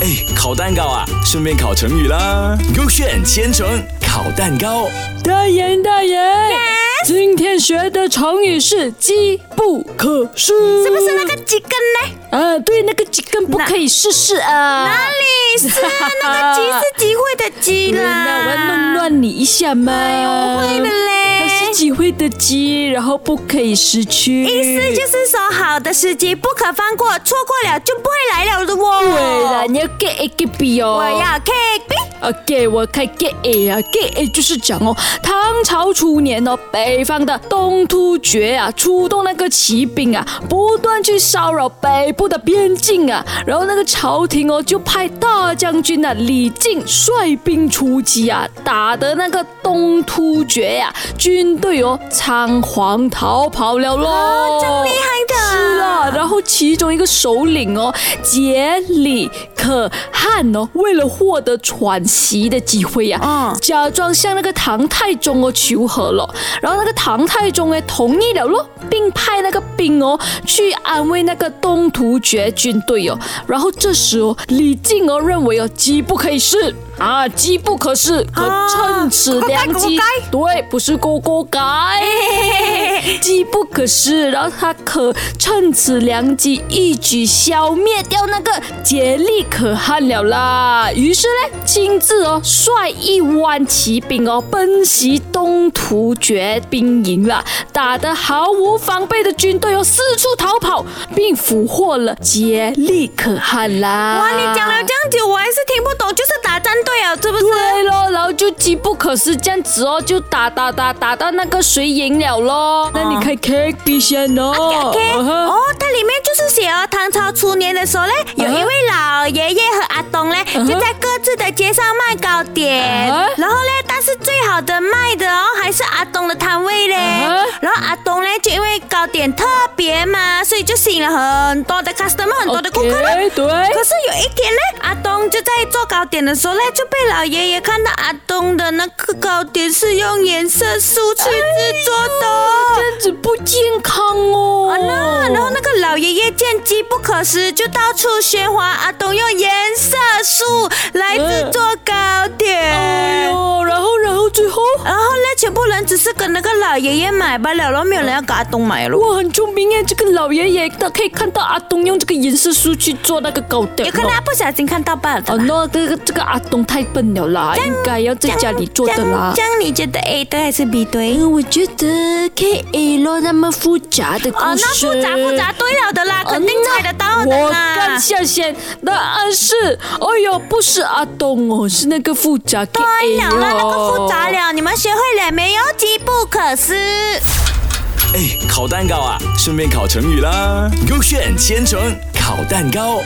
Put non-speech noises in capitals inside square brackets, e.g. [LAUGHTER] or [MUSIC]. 哎，烤蛋糕啊，顺便烤成语啦。勾选千层烤蛋糕，大人，大人，今天学的成语是“机不可失”，是不是那个鸡根呢？啊？对，那个鸡根不那可以试试啊。哪里是啊那个鸡是机会的鸡对啦，我要弄啦？ [LAUGHS] 乱你一下嘛。哎我会它的是嘞。机会的机，然后不可以失去。意思就是说，好的时机不可放过，错过了就不会来了的哦。对啦，你要 get A get B 哦。我要 cake B。 OK，我开 get A 啊，get A 就是讲哦，唐朝初年哦，北方的东突厥啊，出动那个骑兵啊，不断去骚扰北部的边境啊，然后那个朝廷哦，就派大将军啊李靖率兵出击啊，打得那个东突厥呀、军队哦仓皇逃跑了喽。厉害的是啊，然后其中一个首领哦，杰里可汗哦，为了获得喘息的机会呀、嗯假装向那个唐太宗哦求和了，然后那个唐太宗哎同意了咯，并派那个兵哦去安慰那个东突厥军队哦。然后这时哦，李靖哦认为哦机不可以失啊，机不可失，可啊趁此锅盖良机，锅盖对，不是锅锅盖。机不可失，然后他可趁此良机一举消灭掉那个杰力可汗了啦。于是呢，亲自哦率一万骑兵哦奔袭东突厥兵营了，打得毫无防备的军队哦四处逃跑，并俘获了杰力可汗啦。哇，你讲了这样久，我还是听不懂，就是打战队啊，是不是？对哎咯，然后就机不可失这样子哦，就打打打打到那个谁赢了咯。那你看 K B 先哦。 OK，嗯哼嗯哦，它里面就是写哦，唐朝初年的时候呢，有一位老爷爷和阿东呢，嗯哼就在各自的街上卖糕点嗯哼，然后呢，但是最好的卖的哦，还是阿东的摊位嘞嗯哼。然后阿东呢，就因为糕点特别嘛，所以就吸引了很多的 customer，很多的顾客咯。 OK，对，可是有一天呢，阿东就在做糕点的时候呢，就被老爷爷看到阿东的那个糕点是用颜色素去制作的。哦这样子不健康哦。啊那，然后那个老爷爷见机不可失，就到处喧哗。阿东用颜色素来制作糕哎点，呦，然后然后最后，然后呢，全部人只是跟那个老爷爷买罢了，然后没有人要给阿东买了。哇，很聪明耶！这个老爷爷他可以看到阿东用这个颜色书去做那个糕点有哦。可能他不小心看到罢了。哦，那这个这个阿东太笨了啦，应该要在家里做的啦这。样你觉得 A 对还是 B 对？嗯，我觉得 K A 咯，那么复杂的故哦，那复杂复杂，对了的啦，肯定猜得到的哦我啦看。下先，答案是，哎呦，不是阿东哦，是那个复杂 K 对 A 了，哎那那个复杂了，你们学会了没有？机不可失。哎，烤蛋糕啊，顺便烤成语啦。勾选千层烤蛋糕。